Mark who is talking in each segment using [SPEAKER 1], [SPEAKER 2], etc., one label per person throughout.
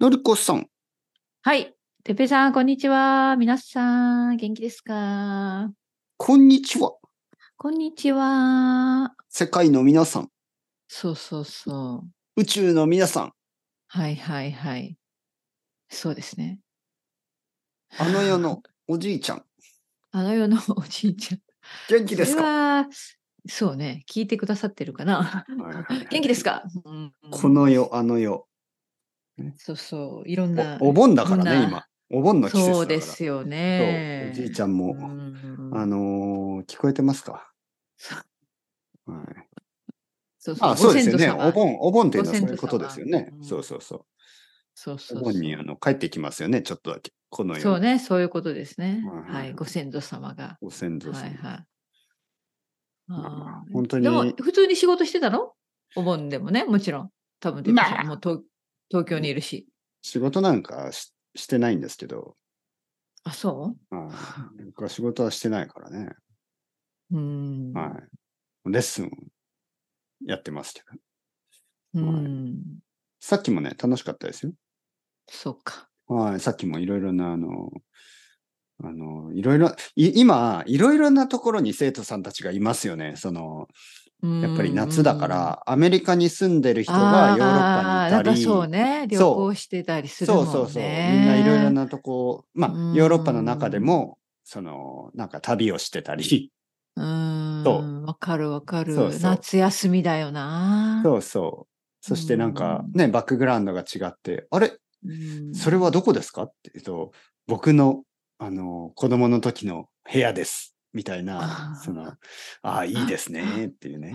[SPEAKER 1] のりこさん。
[SPEAKER 2] はい。てっぺいさん、こんにちは。皆さん、元気ですか
[SPEAKER 1] こんにちは。
[SPEAKER 2] こんにちは。
[SPEAKER 1] 世界の皆さん。
[SPEAKER 2] そうそうそう。
[SPEAKER 1] 宇宙の皆さん。
[SPEAKER 2] はいはいはい。そうですね。
[SPEAKER 1] あの世のおじいちゃん。
[SPEAKER 2] あの世のおじいちゃん。
[SPEAKER 1] 元気です
[SPEAKER 2] それ
[SPEAKER 1] か
[SPEAKER 2] は、そうね、聞いてくださってるかな。
[SPEAKER 1] はいはいはい
[SPEAKER 2] 元気ですか、うん、
[SPEAKER 1] この世、あの世。
[SPEAKER 2] そうそう、いろんな。
[SPEAKER 1] おお盆だからね、
[SPEAKER 2] いろん
[SPEAKER 1] 今
[SPEAKER 2] な。
[SPEAKER 1] お盆の季節だから。
[SPEAKER 2] そうですよ
[SPEAKER 1] そう
[SPEAKER 2] ね
[SPEAKER 1] お。じいちゃん
[SPEAKER 2] う
[SPEAKER 1] も、
[SPEAKER 2] ん
[SPEAKER 1] あのー聞こえてますか
[SPEAKER 2] そう
[SPEAKER 1] はい。
[SPEAKER 2] そうそう
[SPEAKER 1] あ、そうですよね。
[SPEAKER 2] ご先祖様
[SPEAKER 1] お盆、お盆っていうのは
[SPEAKER 2] ご
[SPEAKER 1] そう
[SPEAKER 2] 先
[SPEAKER 1] いう
[SPEAKER 2] 祖様
[SPEAKER 1] ことですよね
[SPEAKER 2] う。ん
[SPEAKER 1] そうそうそ。
[SPEAKER 2] そうそう
[SPEAKER 1] お
[SPEAKER 2] うそう
[SPEAKER 1] 盆にあの帰ってきますよね、ちょっとだけ。この世。
[SPEAKER 2] そう。ね、そういうことですね。
[SPEAKER 1] はいはい
[SPEAKER 2] はい、ご先祖様が。
[SPEAKER 1] ご先祖
[SPEAKER 2] はい
[SPEAKER 1] 様。
[SPEAKER 2] はい。あー
[SPEAKER 1] 本当に
[SPEAKER 2] でも、普通に仕事してたのお盆でもね、もちろん。多分、
[SPEAKER 1] まあ
[SPEAKER 2] でももう東東京にいるし。
[SPEAKER 1] 仕事なんかししてないんですけど、
[SPEAKER 2] あ、そ
[SPEAKER 1] はい僕は仕事はしてないからね。
[SPEAKER 2] ううーん。
[SPEAKER 1] はい。レッスンやってますけど。
[SPEAKER 2] うー
[SPEAKER 1] はい
[SPEAKER 2] ん。
[SPEAKER 1] さっきもね、楽しかったですよ。
[SPEAKER 2] そうか。
[SPEAKER 1] はい。さっきもいろいろな、あの、あの、いろいろ、い今、いろいろなところに生徒さんたちがいますよね。その、や
[SPEAKER 2] や
[SPEAKER 1] っぱり夏だから、アメリカに住んでる人がヨーロッパにいた
[SPEAKER 2] なんか
[SPEAKER 1] り、
[SPEAKER 2] そうね、旅
[SPEAKER 1] そう
[SPEAKER 2] 行してたりする
[SPEAKER 1] そ
[SPEAKER 2] もん
[SPEAKER 1] う
[SPEAKER 2] ね。
[SPEAKER 1] そうそう。みんないろいろなとこ、ま
[SPEAKER 2] う
[SPEAKER 1] あ、
[SPEAKER 2] ん
[SPEAKER 1] ヨーロッパの中でも、その、なんか旅をしてたり、
[SPEAKER 2] うーん。
[SPEAKER 1] そう
[SPEAKER 2] わかるわかる
[SPEAKER 1] そうそう
[SPEAKER 2] 夏休みだよな。
[SPEAKER 1] そうそう。そしてなんか
[SPEAKER 2] うん
[SPEAKER 1] ね、バックグラウンドが違って、あれ
[SPEAKER 2] うん
[SPEAKER 1] それはどこですかって、えっと、僕の、あの、子供の時の部屋です。みたいな
[SPEAKER 2] あ、ー
[SPEAKER 1] その、ああ、いいですね、っていうね。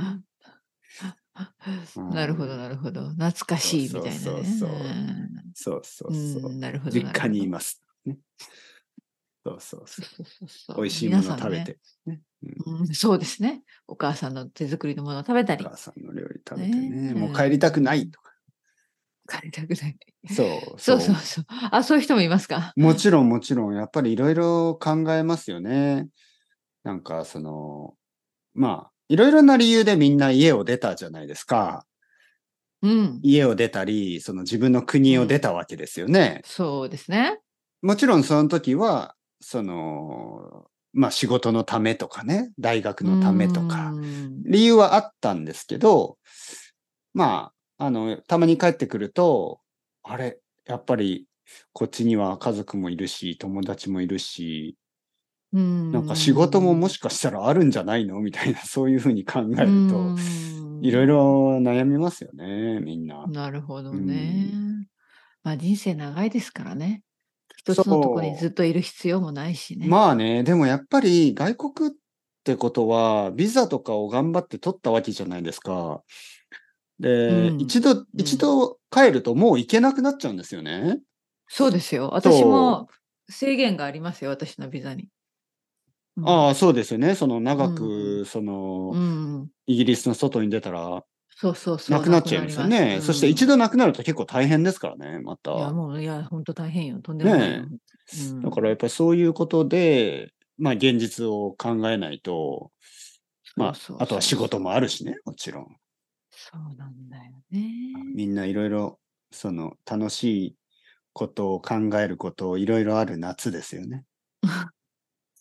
[SPEAKER 1] うん
[SPEAKER 2] なるほど、なるほど。懐かしいみたいなね。
[SPEAKER 1] そうそうそうそうそうそうう。
[SPEAKER 2] んなるほど。
[SPEAKER 1] 実家にい
[SPEAKER 2] なる
[SPEAKER 1] ます。ね、そうそうそ
[SPEAKER 2] ほど。そうそう
[SPEAKER 1] う。
[SPEAKER 2] そう
[SPEAKER 1] 美味しいものを
[SPEAKER 2] 皆さ
[SPEAKER 1] 食
[SPEAKER 2] んね
[SPEAKER 1] べて。ね
[SPEAKER 2] うんそうですね。お母さんの手作りのものを食べた
[SPEAKER 1] お
[SPEAKER 2] り、
[SPEAKER 1] 母さんの料理食べてね。
[SPEAKER 2] ね
[SPEAKER 1] もう帰りたくないとか。
[SPEAKER 2] 帰りたくない。
[SPEAKER 1] そう
[SPEAKER 2] そうそうそう。あ、そういう人もいますか。
[SPEAKER 1] もちろんもちろん、やっぱりいろいろ考えますよね。なんかその、まあ、いろいろな理由でみんな家を出たじゃないですか。
[SPEAKER 2] うん。
[SPEAKER 1] 家を出たり、その自分の国を出たわけですよね。
[SPEAKER 2] そうですね。
[SPEAKER 1] もちろんその時は、その、まあ仕事のためとかね、大学のためとか
[SPEAKER 2] う、ん。
[SPEAKER 1] 理由はあったんですけど、まあ、あの、たまに帰ってくると、あれ、やっぱりこっちには家族もいるし、友達もいるし、
[SPEAKER 2] な
[SPEAKER 1] なんか仕事ももしかしたらあるんじゃないのみたいな、そういうふうに考えると、いろい。ろ悩みますよね、みんな
[SPEAKER 2] うん。なるほどね。まあ人生長いですからね。一つのところにずっといる必要もないしね。
[SPEAKER 1] まあね、でもやっぱり外国ってことは、ビザとかを頑張って取ったわけじゃないですか。で、
[SPEAKER 2] うん
[SPEAKER 1] 一度、一度帰るともう行けなくなっちゃうんですよね。
[SPEAKER 2] そうですよ。私も制限がありますよ、私のビザに。うん
[SPEAKER 1] ああ、そうですよね。その長
[SPEAKER 2] うん
[SPEAKER 1] く、そ
[SPEAKER 2] うんう
[SPEAKER 1] の、
[SPEAKER 2] ん。
[SPEAKER 1] イギリスの外に出たら、
[SPEAKER 2] そうそうそう。
[SPEAKER 1] なくなっちゃいますよ
[SPEAKER 2] なくな
[SPEAKER 1] ね
[SPEAKER 2] り。ます
[SPEAKER 1] そして一、度なくなると結構大変ですからね、また。
[SPEAKER 2] うんいや、もう、いや、本当大変よ。とんでもないよ。
[SPEAKER 1] ね
[SPEAKER 2] うん
[SPEAKER 1] だからやっぱりそういうことで、まあ現実を考えないと、まあ
[SPEAKER 2] そうそうそう、
[SPEAKER 1] あとは仕事もあるしね、もちろん。
[SPEAKER 2] そうなんだよね。
[SPEAKER 1] みんないろいろ、その楽しいことを考えること、いろいろある夏ですよね。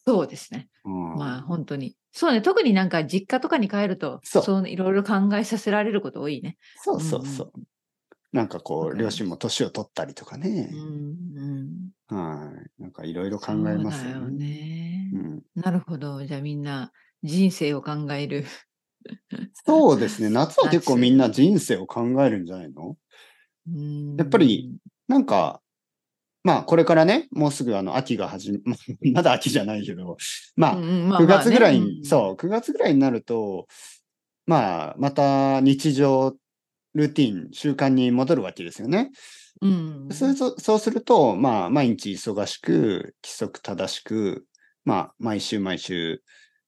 [SPEAKER 2] そうですね。
[SPEAKER 1] うん
[SPEAKER 2] まあ、本当に。そうね。特になんか実家とかに帰ると、
[SPEAKER 1] そう
[SPEAKER 2] そういろいろ考えさせられること多いね。
[SPEAKER 1] そうそうそう。なんかこ
[SPEAKER 2] わ
[SPEAKER 1] う、
[SPEAKER 2] かり
[SPEAKER 1] 両
[SPEAKER 2] ます
[SPEAKER 1] 親も年を取ったりとかね
[SPEAKER 2] う。んうん。
[SPEAKER 1] はい。なんかいろいろ考えます
[SPEAKER 2] そうだ
[SPEAKER 1] よ
[SPEAKER 2] よ
[SPEAKER 1] ね。
[SPEAKER 2] ね
[SPEAKER 1] う。ん、
[SPEAKER 2] なるほど。じゃあみんな人生を考える。
[SPEAKER 1] そうですね。夏は結構
[SPEAKER 2] 夏
[SPEAKER 1] みんな人生を考えるんじゃないのや
[SPEAKER 2] や
[SPEAKER 1] っぱり、なんか、まあこれからね、もうすぐあの秋が始ま、 まだ秋じゃないけど、まあ9
[SPEAKER 2] 9
[SPEAKER 1] 月ぐらいに、そう、9月ぐらいになると、まあまた日常、ルーティン、習慣に戻るわけですよね。
[SPEAKER 2] うん。うん。
[SPEAKER 1] そうそうそうすると、まあ毎日忙しく、規則正しく、まあ毎週毎週、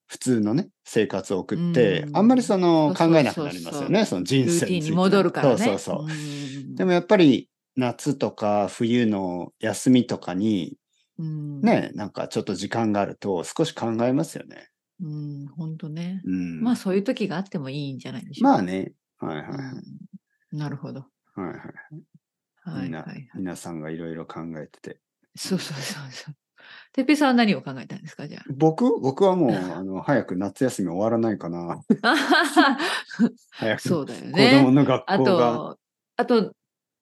[SPEAKER 1] 普通のね、生活を送って
[SPEAKER 2] う、ん
[SPEAKER 1] あんまりその
[SPEAKER 2] そうそうそう
[SPEAKER 1] 考えなくなりますよね、その人
[SPEAKER 2] ルー
[SPEAKER 1] 生
[SPEAKER 2] ティ
[SPEAKER 1] に
[SPEAKER 2] ン
[SPEAKER 1] つい
[SPEAKER 2] に
[SPEAKER 1] て
[SPEAKER 2] 戻るからね。
[SPEAKER 1] そうそうそう。
[SPEAKER 2] ん
[SPEAKER 1] でもやっぱり夏とか冬の休みとかに
[SPEAKER 2] うん、
[SPEAKER 1] ね、なんかちょっと時間があると少し考えますよね。
[SPEAKER 2] うん、本当ね。
[SPEAKER 1] うん。
[SPEAKER 2] まあそういう時があってもいいんじゃないでしょう
[SPEAKER 1] まあ
[SPEAKER 2] か。
[SPEAKER 1] ね。はいはい。
[SPEAKER 2] うんなるほど。
[SPEAKER 1] はいはい。
[SPEAKER 2] は
[SPEAKER 1] み
[SPEAKER 2] い
[SPEAKER 1] ん
[SPEAKER 2] は
[SPEAKER 1] ない
[SPEAKER 2] はい。
[SPEAKER 1] 皆さんがいろいろ考えてて。
[SPEAKER 2] そうそうそうそう。てっぺいさんは何を考えたんですかじゃ
[SPEAKER 1] 僕僕 はもう、あの、早く夏休み終わらないかな。
[SPEAKER 2] あ あはは。
[SPEAKER 1] 早く、
[SPEAKER 2] そうだよ
[SPEAKER 1] 子供
[SPEAKER 2] ね。
[SPEAKER 1] の学
[SPEAKER 2] あ
[SPEAKER 1] 校が
[SPEAKER 2] と、あと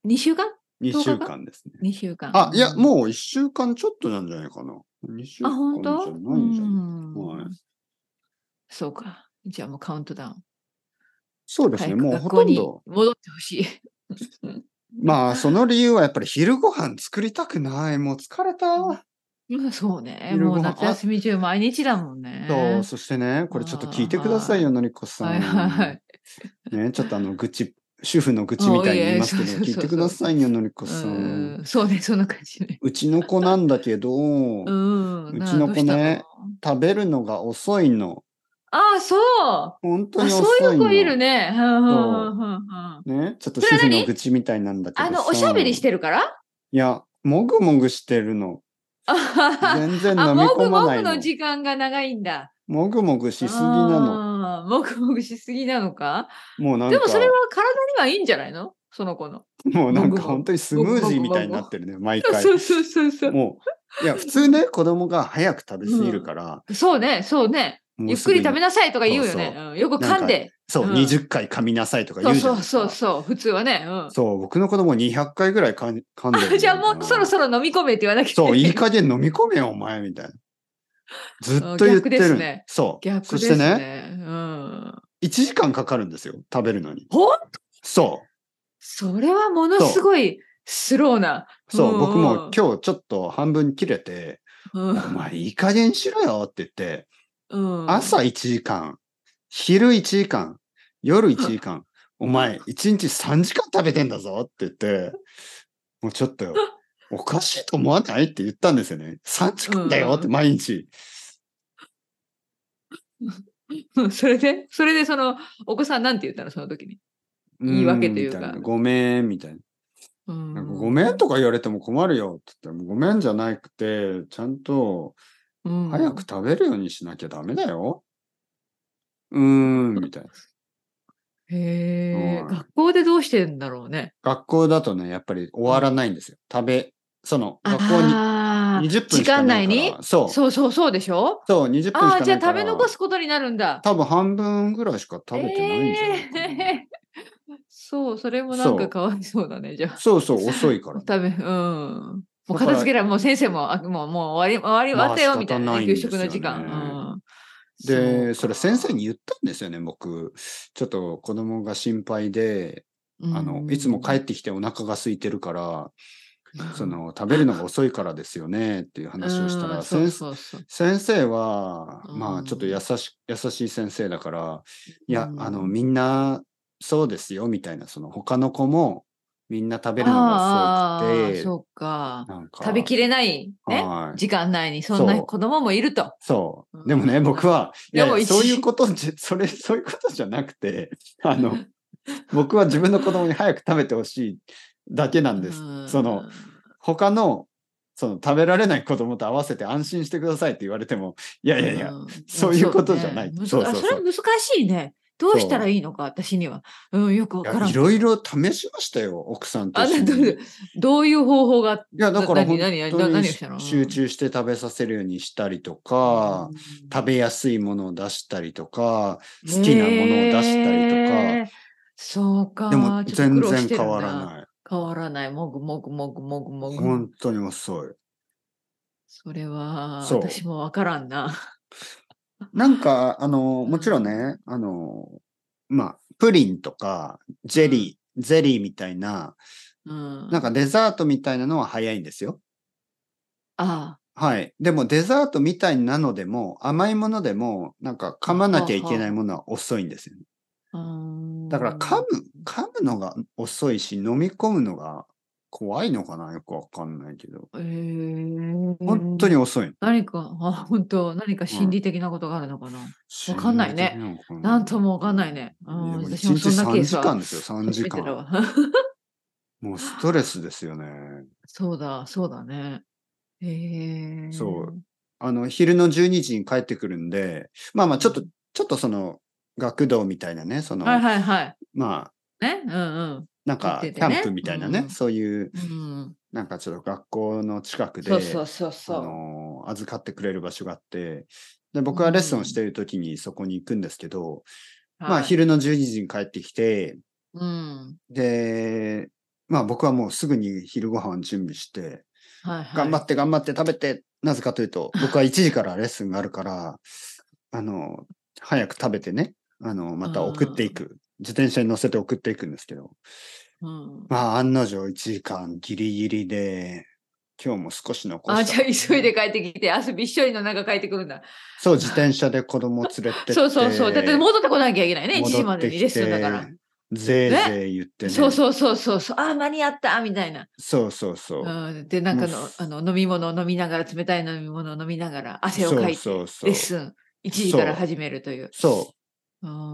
[SPEAKER 2] 2週間
[SPEAKER 1] 2
[SPEAKER 2] 10日
[SPEAKER 1] 週
[SPEAKER 2] か
[SPEAKER 1] 間ですね。
[SPEAKER 2] ?2 週間。
[SPEAKER 1] あ、いや、
[SPEAKER 2] う。
[SPEAKER 1] もう1週間ちょっとなんじゃないかな。2週
[SPEAKER 2] あ、
[SPEAKER 1] 間
[SPEAKER 2] 本
[SPEAKER 1] じゃ
[SPEAKER 2] 当
[SPEAKER 1] ないんじゃない、
[SPEAKER 2] う
[SPEAKER 1] はい
[SPEAKER 2] んそうか。じゃあもうカウントダウン。
[SPEAKER 1] そうですね、
[SPEAKER 2] 早く
[SPEAKER 1] もう
[SPEAKER 2] 学
[SPEAKER 1] ほ
[SPEAKER 2] 校
[SPEAKER 1] とん
[SPEAKER 2] に
[SPEAKER 1] ど。
[SPEAKER 2] 戻ってほしい。
[SPEAKER 1] まあ、その理由はやっぱり昼ご飯作りたくない。もう疲れた。
[SPEAKER 2] うんそうね。
[SPEAKER 1] 昼ご
[SPEAKER 2] も
[SPEAKER 1] 飯
[SPEAKER 2] う夏休み中毎日だもんね。
[SPEAKER 1] そう、そしてね、これちょっと聞いてくださいよ、のりこさん。
[SPEAKER 2] はいはいはい。
[SPEAKER 1] ね、ちょっとあの、愚痴、主婦の愚痴みたいに言いますけ
[SPEAKER 2] おい
[SPEAKER 1] ど、
[SPEAKER 2] おいそうそうそう
[SPEAKER 1] 聞いてくださいよ、のりこさん。
[SPEAKER 2] うんそうね、そんな感じ ね。
[SPEAKER 1] うちの子なんだけど、
[SPEAKER 2] うん。
[SPEAKER 1] うち
[SPEAKER 2] なあ
[SPEAKER 1] の
[SPEAKER 2] どう
[SPEAKER 1] 子
[SPEAKER 2] した
[SPEAKER 1] ね
[SPEAKER 2] の
[SPEAKER 1] 食べるのが遅いの。
[SPEAKER 2] ああ、そう。
[SPEAKER 1] 本当
[SPEAKER 2] あ、
[SPEAKER 1] に遅い
[SPEAKER 2] そ
[SPEAKER 1] の。
[SPEAKER 2] ういう子いるね。はんはんはんはんはん
[SPEAKER 1] ね、ちょっと
[SPEAKER 2] それ
[SPEAKER 1] 主
[SPEAKER 2] は
[SPEAKER 1] 婦
[SPEAKER 2] 何
[SPEAKER 1] の愚痴みたいなんだけどさ。
[SPEAKER 2] あの、おしゃべりしてるから
[SPEAKER 1] いや、もぐもぐしてるの。
[SPEAKER 2] あはは
[SPEAKER 1] 全然
[SPEAKER 2] あ、
[SPEAKER 1] 飲み
[SPEAKER 2] も
[SPEAKER 1] 込
[SPEAKER 2] ぐ
[SPEAKER 1] ま
[SPEAKER 2] も
[SPEAKER 1] な
[SPEAKER 2] ぐ
[SPEAKER 1] い
[SPEAKER 2] の
[SPEAKER 1] の。
[SPEAKER 2] 時間が長いんだ。
[SPEAKER 1] もぐもぐしすぎなの。
[SPEAKER 2] の。もぐもぐしすぎなのか
[SPEAKER 1] もうなんか、
[SPEAKER 2] でもそれは体にはいいんじゃないのその子の。
[SPEAKER 1] もうなん
[SPEAKER 2] もぐも
[SPEAKER 1] か
[SPEAKER 2] ぐ
[SPEAKER 1] 本当にスムージーみたいになってるね、毎回。
[SPEAKER 2] そうそうそうそう。
[SPEAKER 1] もう、いや、普通ね、子供が早く食べ過ぎるから、
[SPEAKER 2] そうね、そうね。
[SPEAKER 1] も
[SPEAKER 2] ゆ
[SPEAKER 1] う
[SPEAKER 2] っ
[SPEAKER 1] すぐ
[SPEAKER 2] く
[SPEAKER 1] に
[SPEAKER 2] り食べなさいとか言うよね。
[SPEAKER 1] そう
[SPEAKER 2] うんよく噛んで。
[SPEAKER 1] そう、
[SPEAKER 2] うん
[SPEAKER 1] 20回噛みなさいとか
[SPEAKER 2] そ
[SPEAKER 1] 言
[SPEAKER 2] う
[SPEAKER 1] うじゃ
[SPEAKER 2] そ
[SPEAKER 1] ないうですか
[SPEAKER 2] そうそう、普通はね。うん
[SPEAKER 1] そう僕の子供200回ぐらい噛ん噛んでるんだよな。
[SPEAKER 2] じゃあもうそろそろ飲み込めって言わなきゃ
[SPEAKER 1] そう、いい
[SPEAKER 2] か
[SPEAKER 1] 加減飲み込めよ、お前、みたいな。ずっと言ってる。
[SPEAKER 2] あ逆ですね
[SPEAKER 1] そう。
[SPEAKER 2] 逆
[SPEAKER 1] そ
[SPEAKER 2] で
[SPEAKER 1] し
[SPEAKER 2] す
[SPEAKER 1] てね、
[SPEAKER 2] ね。うん。
[SPEAKER 1] 1時間かかるんですよ、食べるのに。
[SPEAKER 2] ほん
[SPEAKER 1] そう。
[SPEAKER 2] それはものすごいスローな。
[SPEAKER 1] そう、
[SPEAKER 2] ん
[SPEAKER 1] 僕も今日ちょっと半分切れて、
[SPEAKER 2] うん
[SPEAKER 1] お前いい加減しろよって言って、
[SPEAKER 2] うん
[SPEAKER 1] 朝1時間、昼1時間、夜1時 間、お前1日3時間食べてんだぞって言って、もうちょっ とおかしいと思わないって言ったんですよね。3時間だよって毎日。
[SPEAKER 2] うんそれで、それでそのお子さんなんて言ったの、その時に。言い訳というか
[SPEAKER 1] んみたなごめん、みたいな。
[SPEAKER 2] うん
[SPEAKER 1] なんかごめんとか言われても困るよって言って、ごめんじゃなくて、ちゃんと
[SPEAKER 2] うん
[SPEAKER 1] 早く食べるようにしなきゃダメだよ。うーん、みたいな。
[SPEAKER 2] へえ、
[SPEAKER 1] うん
[SPEAKER 2] 学校でどうしてんだろうね。
[SPEAKER 1] 学校だとね、やっぱり終わらないんですよ。食べ、その、学校に
[SPEAKER 2] あ
[SPEAKER 1] 20
[SPEAKER 2] あ
[SPEAKER 1] 分し
[SPEAKER 2] 時
[SPEAKER 1] か
[SPEAKER 2] 間
[SPEAKER 1] ない
[SPEAKER 2] 内
[SPEAKER 1] から。
[SPEAKER 2] に
[SPEAKER 1] そう。そう、
[SPEAKER 2] そうそうそうでしょ
[SPEAKER 1] 20分しかない
[SPEAKER 2] あ
[SPEAKER 1] か
[SPEAKER 2] あ、
[SPEAKER 1] ら。
[SPEAKER 2] じゃあ食べ残すことになるんだ。
[SPEAKER 1] 多分半分ぐらいしか食べてないんじゃないかな、
[SPEAKER 2] えー そう、それもなん
[SPEAKER 1] そ
[SPEAKER 2] か
[SPEAKER 1] う
[SPEAKER 2] かわいそうだね、じゃあ。
[SPEAKER 1] そうそう、遅いか
[SPEAKER 2] お
[SPEAKER 1] ら。
[SPEAKER 2] 食べ、うん。もう
[SPEAKER 1] だから
[SPEAKER 2] 片付けらもう先生も、あもう、もう終わり、終わり、終
[SPEAKER 1] まあ
[SPEAKER 2] わったよ、みたいな
[SPEAKER 1] 仕方な
[SPEAKER 2] ね、
[SPEAKER 1] いんで
[SPEAKER 2] 給
[SPEAKER 1] すよね
[SPEAKER 2] 食の時間。うん、
[SPEAKER 1] で、
[SPEAKER 2] う
[SPEAKER 1] それ
[SPEAKER 2] か
[SPEAKER 1] 先生、に言ったんですよね、僕。ちょっと子供が心配で、あの、いつも帰
[SPEAKER 2] っ
[SPEAKER 1] ってきてお腹が空いてるから、
[SPEAKER 2] て
[SPEAKER 1] その、食べるのが遅いからですよね、っていう話をしたら、
[SPEAKER 2] そう
[SPEAKER 1] 先生
[SPEAKER 2] そうそう。
[SPEAKER 1] 先生は、ま
[SPEAKER 2] う
[SPEAKER 1] あ
[SPEAKER 2] ん
[SPEAKER 1] ちょっと優し優しい先生だから、いや
[SPEAKER 2] う、ん
[SPEAKER 1] あの、みんなそうですよ、みたいな、その他の子もみんな食べるのが
[SPEAKER 2] あ
[SPEAKER 1] 遅
[SPEAKER 2] あ
[SPEAKER 1] くて、
[SPEAKER 2] そうか。
[SPEAKER 1] なんか、
[SPEAKER 2] 食べきれない、ね、
[SPEAKER 1] はい
[SPEAKER 2] 時間内に、そんな
[SPEAKER 1] そう
[SPEAKER 2] 子供もいると。
[SPEAKER 1] そう。
[SPEAKER 2] うん
[SPEAKER 1] でもね、僕は、いやい
[SPEAKER 2] でも
[SPEAKER 1] や、
[SPEAKER 2] 一
[SPEAKER 1] そういうことじゃ、それ、 そういうことじゃなくて、あの、僕は自分の子供に早く食べてほしいだけなんです。
[SPEAKER 2] うん
[SPEAKER 1] その、他の、その食べられない子供と合わせて安心してくださいって言われても、いやいやいや、
[SPEAKER 2] ん
[SPEAKER 1] そういうことじゃない
[SPEAKER 2] そ
[SPEAKER 1] そうそうそ
[SPEAKER 2] うねむずあ
[SPEAKER 1] う
[SPEAKER 2] それは難しいね。どうしたらいいのか、私には。うん、よくわ
[SPEAKER 1] いや
[SPEAKER 2] から
[SPEAKER 1] い
[SPEAKER 2] ん。
[SPEAKER 1] ろいろ試しましたよ、奥さんと
[SPEAKER 2] あ
[SPEAKER 1] 一緒
[SPEAKER 2] なた
[SPEAKER 1] に。い
[SPEAKER 2] どういう方法が
[SPEAKER 1] や、だから
[SPEAKER 2] な
[SPEAKER 1] 本
[SPEAKER 2] 何何
[SPEAKER 1] 当
[SPEAKER 2] 何
[SPEAKER 1] に
[SPEAKER 2] をしたの
[SPEAKER 1] 集中して食べさせるようにしたりとか、食べやすいものを出したりとか、
[SPEAKER 2] べ
[SPEAKER 1] 好きなものを出したりとか
[SPEAKER 2] そうか。
[SPEAKER 1] でも
[SPEAKER 2] ちょっと
[SPEAKER 1] 全
[SPEAKER 2] 苦労し
[SPEAKER 1] 然
[SPEAKER 2] てる
[SPEAKER 1] 変
[SPEAKER 2] んだ
[SPEAKER 1] わらない。
[SPEAKER 2] 変わらない。もぐもぐもぐもぐもぐ。
[SPEAKER 1] 本当に遅い。
[SPEAKER 2] それは
[SPEAKER 1] そう
[SPEAKER 2] 私もわからんな。
[SPEAKER 1] なんか、あの、もちろんね、あの、まあ、プリンとか、ジェリー、ゼリーみたいな、
[SPEAKER 2] うん、
[SPEAKER 1] なんかデザートみたいなのは早いんですよ。
[SPEAKER 2] あ
[SPEAKER 1] はい。でもデザートみたいなのでも、甘いものでも、なんか噛まなきゃいけないものは遅いんですよ、ね。
[SPEAKER 2] あ、うん
[SPEAKER 1] だから噛む、噛むのが遅いし、飲み込むのが怖いのかなよくわかんないけど。
[SPEAKER 2] えー
[SPEAKER 1] 本当に遅い。
[SPEAKER 2] 何か、あ、本当、何か心理的なことがあるのかな。わかんないね
[SPEAKER 1] 心理的のかな。
[SPEAKER 2] なんともわかんないね。うん、
[SPEAKER 1] いや
[SPEAKER 2] 私
[SPEAKER 1] 一
[SPEAKER 2] も
[SPEAKER 1] 日
[SPEAKER 2] そんな
[SPEAKER 1] 3
[SPEAKER 2] ケー
[SPEAKER 1] 時
[SPEAKER 2] ス
[SPEAKER 1] 間
[SPEAKER 2] は
[SPEAKER 1] ですよ、3
[SPEAKER 2] 初
[SPEAKER 1] 時
[SPEAKER 2] めてだ
[SPEAKER 1] 間。
[SPEAKER 2] わ。
[SPEAKER 1] もうストレスですよね。
[SPEAKER 2] そうだ、そうだね。えー、
[SPEAKER 1] そう。あの、昼の12時に帰ってくるんで、まあまあ、ちょっと、ちょっとその、学童みたいなね、その、
[SPEAKER 2] はいはいはい。
[SPEAKER 1] まあ、
[SPEAKER 2] ね、うんうん。
[SPEAKER 1] なんか、
[SPEAKER 2] 言って
[SPEAKER 1] キ
[SPEAKER 2] てね
[SPEAKER 1] ャンプみたいなね、
[SPEAKER 2] うん
[SPEAKER 1] そういう、
[SPEAKER 2] うん、
[SPEAKER 1] なんかちょっと学校の近くで、
[SPEAKER 2] そうそうそう
[SPEAKER 1] あ
[SPEAKER 2] そう。
[SPEAKER 1] のー預かってくれる場所があって、で僕はレッスンをしている時にそこに行くんですけど、まあ
[SPEAKER 2] はい、
[SPEAKER 1] 昼の12時に帰ってきて、
[SPEAKER 2] うん
[SPEAKER 1] で、まあ僕はもうすぐに昼ご飯準備して、
[SPEAKER 2] はいはい、
[SPEAKER 1] 頑張って頑張って食べて、なぜかというと、僕は1時からレッスンがあるから、あの、早く食べてね、あの、また送っていく。自転車に乗せて送っていくんですけど、
[SPEAKER 2] うん
[SPEAKER 1] まあ案の定1時間ギリギリで、今日も少し残
[SPEAKER 2] あ
[SPEAKER 1] し
[SPEAKER 2] じ
[SPEAKER 1] た
[SPEAKER 2] ゃあ急いで帰ってきて、遊び一緒にの中帰ってくるんだ。
[SPEAKER 1] そう、自転車で子供連れてって。
[SPEAKER 2] そうそうそう。だって戻ってこなきゃいけないね、
[SPEAKER 1] 戻
[SPEAKER 2] 1
[SPEAKER 1] ってきて
[SPEAKER 2] 時までにレッスンだから。。
[SPEAKER 1] ぜいぜい言ってね。
[SPEAKER 2] そうそうそうそうそう。あー間に合ったみたいな。
[SPEAKER 1] そうそうそう。
[SPEAKER 2] うん、で、なんか
[SPEAKER 1] もう
[SPEAKER 2] のあの飲み物を飲みながら、冷たい飲み物を飲みながら、汗を
[SPEAKER 1] そ
[SPEAKER 2] か
[SPEAKER 1] う
[SPEAKER 2] いて、
[SPEAKER 1] そうそう
[SPEAKER 2] レッスン1時か
[SPEAKER 1] そ
[SPEAKER 2] ら
[SPEAKER 1] う
[SPEAKER 2] 始めるという。
[SPEAKER 1] そ
[SPEAKER 2] うん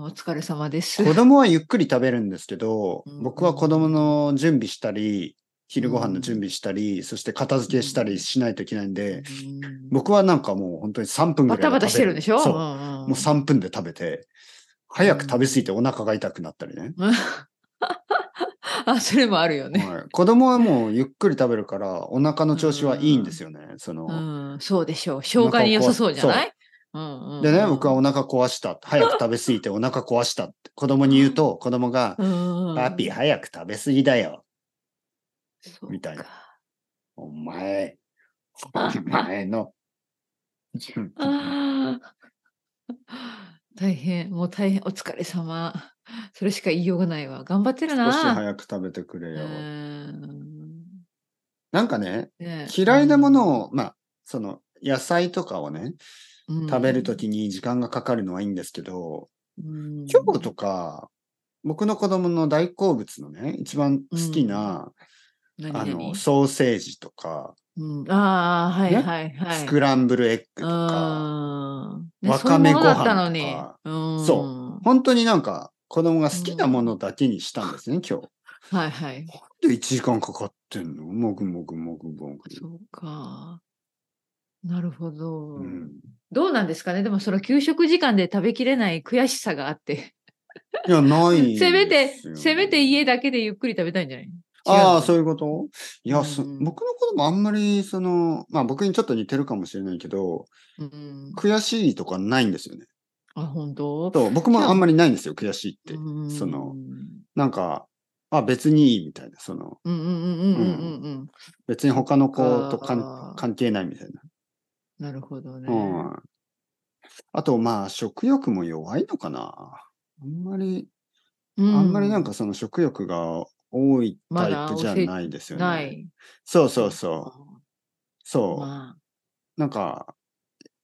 [SPEAKER 2] お疲れ様です
[SPEAKER 1] う。。子供はゆっくり食べるんですけど
[SPEAKER 2] う、ん
[SPEAKER 1] 僕は子供の準備したり、昼ご飯の準備したり、そして片付けしたりしないといけないんで、
[SPEAKER 2] うん
[SPEAKER 1] 僕はなんかもう本当に3分ぐらい
[SPEAKER 2] バ
[SPEAKER 1] で食べる。
[SPEAKER 2] タバタしてるんでしょ
[SPEAKER 1] そう。も
[SPEAKER 2] も
[SPEAKER 1] う3分で食べて、早く食べ過ぎてお腹が痛くなったりね。
[SPEAKER 2] あ、それもあるよね。
[SPEAKER 1] はい、子供はもうゆっくり食べるから、お腹の調子はいいんですよね。その、
[SPEAKER 2] うん、そうでしょう。消化に良さそうじゃないうんうんうん
[SPEAKER 1] でね、僕はお腹壊した。早く食べ過 ぎてお腹壊したって子供に言うと、子供が、
[SPEAKER 2] うんうん
[SPEAKER 1] パピ、早く食べ過ぎだよ。
[SPEAKER 2] そう
[SPEAKER 1] みたいな
[SPEAKER 2] か
[SPEAKER 1] お前、お前の。
[SPEAKER 2] ああ。 大変、もう大変、お疲れ様。それしか言いようがないわ。頑張ってるな。
[SPEAKER 1] 少し早く食べてくれよ。
[SPEAKER 2] うん
[SPEAKER 1] なんかね、
[SPEAKER 2] ね
[SPEAKER 1] 嫌いなものを、まあ、その、野菜とかをね、
[SPEAKER 2] うん
[SPEAKER 1] 食べるときに時間がかかるのはいいんですけど、
[SPEAKER 2] うん
[SPEAKER 1] 今日とか、僕の子供の大好物のね、一番好きな、
[SPEAKER 2] 何
[SPEAKER 1] あ
[SPEAKER 2] 何
[SPEAKER 1] の、ソーセージとか、
[SPEAKER 2] うんああ、はい
[SPEAKER 1] ね
[SPEAKER 2] はいはい。
[SPEAKER 1] スクランブルエッグとか、
[SPEAKER 2] うんね
[SPEAKER 1] わかめご飯とか
[SPEAKER 2] そういうものだったのに。
[SPEAKER 1] そ
[SPEAKER 2] うん
[SPEAKER 1] 本当になんか子供が好きなものだけにしたんですね、今日。
[SPEAKER 2] はいはい。
[SPEAKER 1] で、1時間かかってんのもぐもぐもぐもぐ。
[SPEAKER 2] そうか。なるほど、
[SPEAKER 1] うん、
[SPEAKER 2] どうなんですかねでもその給食時間で食べきれない悔しさがあって。
[SPEAKER 1] いや、ないですよ
[SPEAKER 2] せめて、せめて家だけでゆっくり食べたいんじゃない
[SPEAKER 1] ああ、そう
[SPEAKER 2] いう
[SPEAKER 1] いうこといや、そ
[SPEAKER 2] うん
[SPEAKER 1] 僕の子供あんまり、その、まあ僕にちょっと似てるかもしれないけど、
[SPEAKER 2] う。うん、
[SPEAKER 1] 悔しいとかないんですよね。
[SPEAKER 2] あ、本当
[SPEAKER 1] と僕もあんまりないんですよ、悔しいって。
[SPEAKER 2] うん
[SPEAKER 1] そのなんか、あ、別にいいみたいな、その、
[SPEAKER 2] うんうんうんうんうんうん。
[SPEAKER 1] 別に他の子とか
[SPEAKER 2] あ
[SPEAKER 1] ん
[SPEAKER 2] ー
[SPEAKER 1] 関係ないみたいな。
[SPEAKER 2] なるほどね。
[SPEAKER 1] うん。あと、まあ、食欲も弱いのかな。あんまり、
[SPEAKER 2] う
[SPEAKER 1] あんまりなんかその食欲が多いタイプじゃないですよね。
[SPEAKER 2] ない。
[SPEAKER 1] そうそうそう。そう。
[SPEAKER 2] まあ、
[SPEAKER 1] なんか、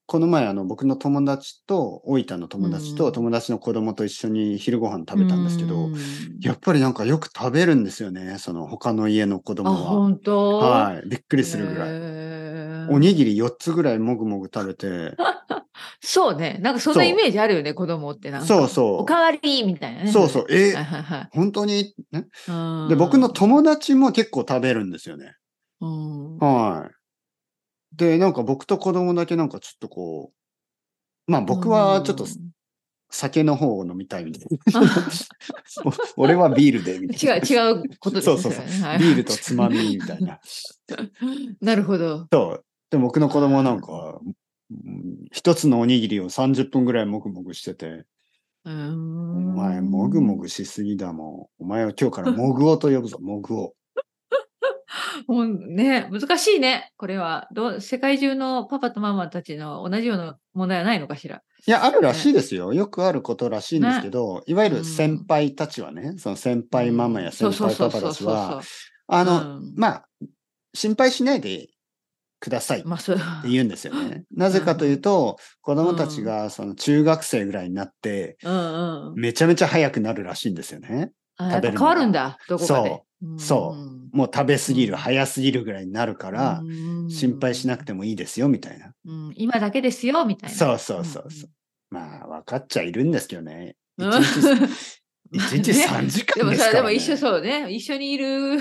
[SPEAKER 1] この前あの僕の友達と、大分の友達と
[SPEAKER 2] うん
[SPEAKER 1] 友達の子供と一緒に昼ご飯食べたんですけど、
[SPEAKER 2] うん
[SPEAKER 1] やっぱりなんかよく食べるんですよね。その他の家の子
[SPEAKER 2] あ、
[SPEAKER 1] 供は。
[SPEAKER 2] 本当
[SPEAKER 1] はい。びっく
[SPEAKER 2] い
[SPEAKER 1] りするぐらい。
[SPEAKER 2] ら
[SPEAKER 1] おにぎり4つぐらいもぐもぐ食べて、
[SPEAKER 2] そうね。なんかそん
[SPEAKER 1] そう
[SPEAKER 2] なイメージあるよね、子供ってなんか。
[SPEAKER 1] そうそう
[SPEAKER 2] おかわりみたいなね。
[SPEAKER 1] そうそう、
[SPEAKER 2] は
[SPEAKER 1] え
[SPEAKER 2] い、はいはい
[SPEAKER 1] 本当に、ね、
[SPEAKER 2] うん。
[SPEAKER 1] で、僕の友達も結構食べるんですよね。
[SPEAKER 2] うん、
[SPEAKER 1] はい。で、なんか僕と子供だけなんかちょっとこう、まあ僕はちょっ と
[SPEAKER 2] うん
[SPEAKER 1] 酒の方を飲みたいみたいな。 お俺はビールでみたいな。
[SPEAKER 2] 違う、違うことです
[SPEAKER 1] そう
[SPEAKER 2] ね。
[SPEAKER 1] そうそう
[SPEAKER 2] れねはい
[SPEAKER 1] ビールとつまみみたいな。
[SPEAKER 2] なるほど。
[SPEAKER 1] そう。で、僕の子供なんか、うん一つのおにぎりを30分ぐらいもぐもぐしてて、
[SPEAKER 2] お
[SPEAKER 1] お前、もぐも。ぐしすぎだもん。お前は今日からもぐおと呼ぶぞ、もぐお。
[SPEAKER 2] もうね、難しいね、これは。どう世界中のパパとママたちの同じような問題はないのかしら。
[SPEAKER 1] いや、あるらしいですよ。よくあることらしいんですけど、いわゆる先輩たちはね、その先輩ママや
[SPEAKER 2] そ
[SPEAKER 1] 先
[SPEAKER 2] うそ
[SPEAKER 1] 輩パ
[SPEAKER 2] うそう
[SPEAKER 1] パ
[SPEAKER 2] そ
[SPEAKER 1] た
[SPEAKER 2] う
[SPEAKER 1] ち
[SPEAKER 2] そう
[SPEAKER 1] は、あの、
[SPEAKER 2] うん
[SPEAKER 1] まあ、心配しないでくださいっ
[SPEAKER 2] まあ、そう。
[SPEAKER 1] て言うんですよね。なぜかというと、子供たちがその中学生ぐらいになって、
[SPEAKER 2] うんうん。
[SPEAKER 1] めちゃめちゃ早くなるらしいんですよね。
[SPEAKER 2] あやっ
[SPEAKER 1] 食べ
[SPEAKER 2] ぱ
[SPEAKER 1] る
[SPEAKER 2] 変
[SPEAKER 1] のが
[SPEAKER 2] わるんだ、どこかで。
[SPEAKER 1] そ
[SPEAKER 2] うん
[SPEAKER 1] そう
[SPEAKER 2] うん
[SPEAKER 1] もう食べ過ぎる、
[SPEAKER 2] うん
[SPEAKER 1] 早すぎるぐらいになるから、
[SPEAKER 2] うん
[SPEAKER 1] 心配しなくてもいいですよ、みたいな。
[SPEAKER 2] うん、今だけですよみたいな。
[SPEAKER 1] そうそうそうそう。まあ、分かっちゃいるんですけどね。一日、 一日3時
[SPEAKER 2] で
[SPEAKER 1] 間
[SPEAKER 2] も
[SPEAKER 1] です
[SPEAKER 2] そ
[SPEAKER 1] から、ね。
[SPEAKER 2] れでも一緒そうね。一緒にいる。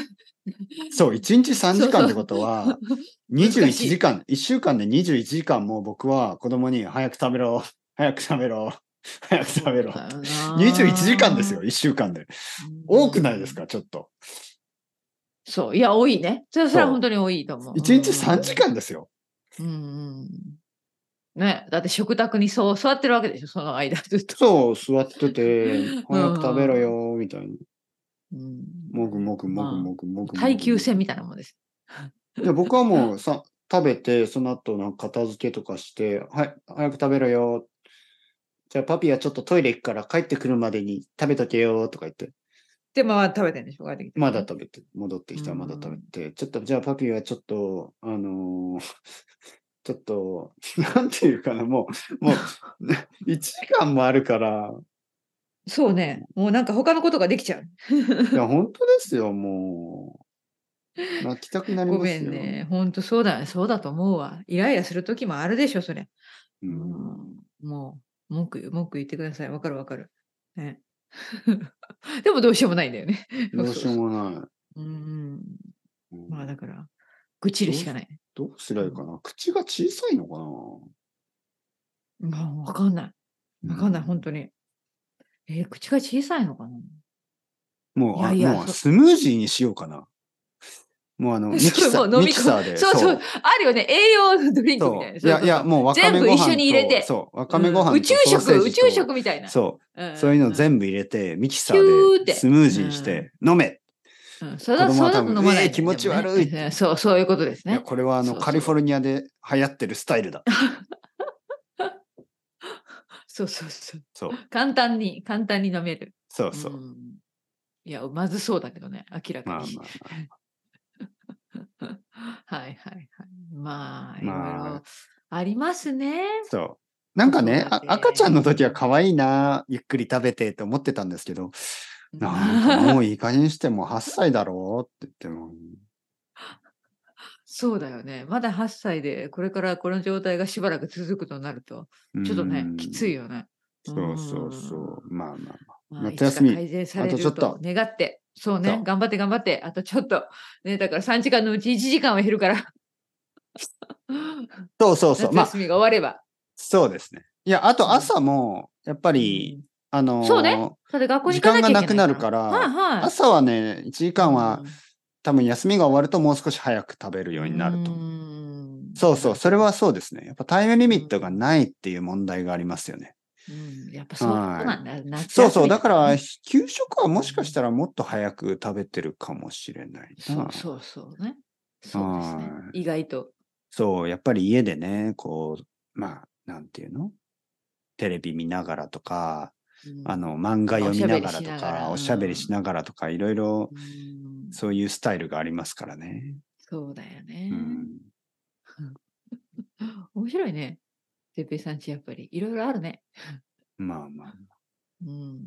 [SPEAKER 1] そう、一日3時間ってこと は、
[SPEAKER 2] 難
[SPEAKER 1] 21
[SPEAKER 2] しい
[SPEAKER 1] 時間、1週間で21時間も僕は子供に早く食べろ、早く食べろ、 早く食べろ。
[SPEAKER 2] 21
[SPEAKER 1] 21時間ですよ、。1週間で。多くないです
[SPEAKER 2] か
[SPEAKER 1] か、ちょっと。
[SPEAKER 2] そう、いや、多いね。それそれは
[SPEAKER 1] そう
[SPEAKER 2] 本当に多いと思う。
[SPEAKER 1] 1日3時間ですよ。
[SPEAKER 2] うんうんね、だって食卓にそう座ってるわけでしょ、その間ずっと。
[SPEAKER 1] そう、座ってて、
[SPEAKER 2] うん
[SPEAKER 1] 早く食べろよ、みたいな。
[SPEAKER 2] うん
[SPEAKER 1] もぐもぐもぐもぐもぐ。
[SPEAKER 2] 耐久戦みたいなもんです。
[SPEAKER 1] いや僕はもうさ、食べて、その後なんか片付けとかして、はい、早く食べろよ。じゃあパピはちょっとトイレ行くから帰ってくるまでに食べとけよとか言って、
[SPEAKER 2] で、まあ食べてるんでしょ、帰ってきて
[SPEAKER 1] まだ食べて、戻ってきたらまだ食べて、ちょっとじゃあパピはちょっと、あのー ちょっと、なんていうかな、もう、もう、1時間もあるから、
[SPEAKER 2] そうね、もうなんか他のことができちゃう。
[SPEAKER 1] い や、本当ですよ、もう。泣きたくなります
[SPEAKER 2] ご
[SPEAKER 1] よ。
[SPEAKER 2] めんね、ほんとそうだね、そうだと思うわ。イライラする時もあるでしょ、それ。
[SPEAKER 1] う
[SPEAKER 2] うん
[SPEAKER 1] ん。
[SPEAKER 2] もう、文句言う、文句言ってください。わかるわかる。ね。 でもどうしようもないんだよね。
[SPEAKER 1] どうしようもない。
[SPEAKER 2] うん。
[SPEAKER 1] うん
[SPEAKER 2] まあだから、愚痴るしかない。
[SPEAKER 1] どうすりゃいいかな口が小さいのか
[SPEAKER 2] まあ、わかんない。
[SPEAKER 1] な
[SPEAKER 2] わかんない、本当に。えー口が小さいのかな
[SPEAKER 1] もう、あ
[SPEAKER 2] いやいや
[SPEAKER 1] もう
[SPEAKER 2] そ
[SPEAKER 1] スムージーにしようかな。もうあの、ミキサ
[SPEAKER 2] そうも
[SPEAKER 1] ー、
[SPEAKER 2] う
[SPEAKER 1] ミ
[SPEAKER 2] 飲み
[SPEAKER 1] キ
[SPEAKER 2] 込む
[SPEAKER 1] サーで。
[SPEAKER 2] そうそう、あるよね。栄養ドリンクみ
[SPEAKER 1] そ。
[SPEAKER 2] たいうな。
[SPEAKER 1] いやいや、もうわかめご
[SPEAKER 2] 全
[SPEAKER 1] 飯
[SPEAKER 2] 部一緒に入れて
[SPEAKER 1] とそう、わかめご飯と
[SPEAKER 2] うん宇宙
[SPEAKER 1] ソーセー
[SPEAKER 2] 食、
[SPEAKER 1] ジと
[SPEAKER 2] 宇宙食みたいな。
[SPEAKER 1] そうう。
[SPEAKER 2] ん
[SPEAKER 1] そういうの全部入れて、ミキサー
[SPEAKER 2] ピューっ
[SPEAKER 1] で
[SPEAKER 2] て
[SPEAKER 1] スムージーにして、飲め
[SPEAKER 2] うんそれは
[SPEAKER 1] 子
[SPEAKER 2] そ
[SPEAKER 1] 供は
[SPEAKER 2] うだ
[SPEAKER 1] 多
[SPEAKER 2] と
[SPEAKER 1] 分
[SPEAKER 2] 飲まない、
[SPEAKER 1] えー気持ち悪いって
[SPEAKER 2] でもねうんそう、そういうことで
[SPEAKER 1] い
[SPEAKER 2] す
[SPEAKER 1] や
[SPEAKER 2] ね。
[SPEAKER 1] これはあ
[SPEAKER 2] そ
[SPEAKER 1] の、
[SPEAKER 2] うそう
[SPEAKER 1] カリフォルニアで流行ってるスタイル だ。
[SPEAKER 2] そうそうそう。
[SPEAKER 1] そう。
[SPEAKER 2] 簡単に、簡単に飲める。
[SPEAKER 1] そうそうう。
[SPEAKER 2] んいや、まずそうだけどね、明ら
[SPEAKER 1] まあ
[SPEAKER 2] か
[SPEAKER 1] まあ
[SPEAKER 2] に。はいはいはい。まあ、い
[SPEAKER 1] まあ
[SPEAKER 2] ろいろありますね。
[SPEAKER 1] そう。なんかね、
[SPEAKER 2] そうだ
[SPEAKER 1] あ
[SPEAKER 2] ね
[SPEAKER 1] 赤ちゃんの時は可愛いな、ゆっくり食べてと思ってたんですけど、 なんかもういい加減にしてもう8歳だろうって言っても。
[SPEAKER 2] そうだよね。まだ8歳で、これからこの状態がしばらく続くとなると、
[SPEAKER 1] うん
[SPEAKER 2] ちょっとね、きつい。よね。
[SPEAKER 1] そうそうそう。まあまあまあ。
[SPEAKER 2] うん。まあ、いつ
[SPEAKER 1] 夏休
[SPEAKER 2] か
[SPEAKER 1] み
[SPEAKER 2] 改善され
[SPEAKER 1] あとちょ
[SPEAKER 2] る
[SPEAKER 1] っと
[SPEAKER 2] と願って、そうね
[SPEAKER 1] そう
[SPEAKER 2] 頑張って頑張って、あとちょっと、ね、だから3時間のうち1時間は減るから、
[SPEAKER 1] そうそうそう。
[SPEAKER 2] 夏
[SPEAKER 1] まあ、
[SPEAKER 2] 休みが終われば。
[SPEAKER 1] そうですね。いや、あと朝も、やっぱり、
[SPEAKER 2] うん
[SPEAKER 1] あのー
[SPEAKER 2] そうねだって学校に行かな
[SPEAKER 1] 時
[SPEAKER 2] きゃいけない
[SPEAKER 1] 間がなくなるから
[SPEAKER 2] はいはい。
[SPEAKER 1] 朝はね、1時間は
[SPEAKER 2] うん、
[SPEAKER 1] 多分休みが終わるともう少し早く食べるようになると思
[SPEAKER 2] う
[SPEAKER 1] う。
[SPEAKER 2] ん
[SPEAKER 1] そうそう、それはそうですね。やっぱタイムリミットがないっていう問題がありますよね。
[SPEAKER 2] うんやっぱそうなんだ。夏休み
[SPEAKER 1] そうそう、だから、
[SPEAKER 2] ね
[SPEAKER 1] 給食はもしかしたらもっと早く食べてるかもしれない
[SPEAKER 2] そ
[SPEAKER 1] な
[SPEAKER 2] う。そうそうね。そうですね
[SPEAKER 1] は。
[SPEAKER 2] 意外と。
[SPEAKER 1] そう、やっぱり家でね、こう、まあ、なんていうのテレビ見ながらとか、
[SPEAKER 2] うん
[SPEAKER 1] あの、漫画読みながら
[SPEAKER 2] おしゃべりし
[SPEAKER 1] と
[SPEAKER 2] なが、
[SPEAKER 1] からおしゃべりしながらとか、いろいろ
[SPEAKER 2] うん
[SPEAKER 1] そういうスタイルがありますからね。
[SPEAKER 2] そうだよ
[SPEAKER 1] う
[SPEAKER 2] ね。
[SPEAKER 1] ん、
[SPEAKER 2] 面白いね。てっぺいさんちやっぱりいろいろあるね。
[SPEAKER 1] まあまあ。
[SPEAKER 2] うん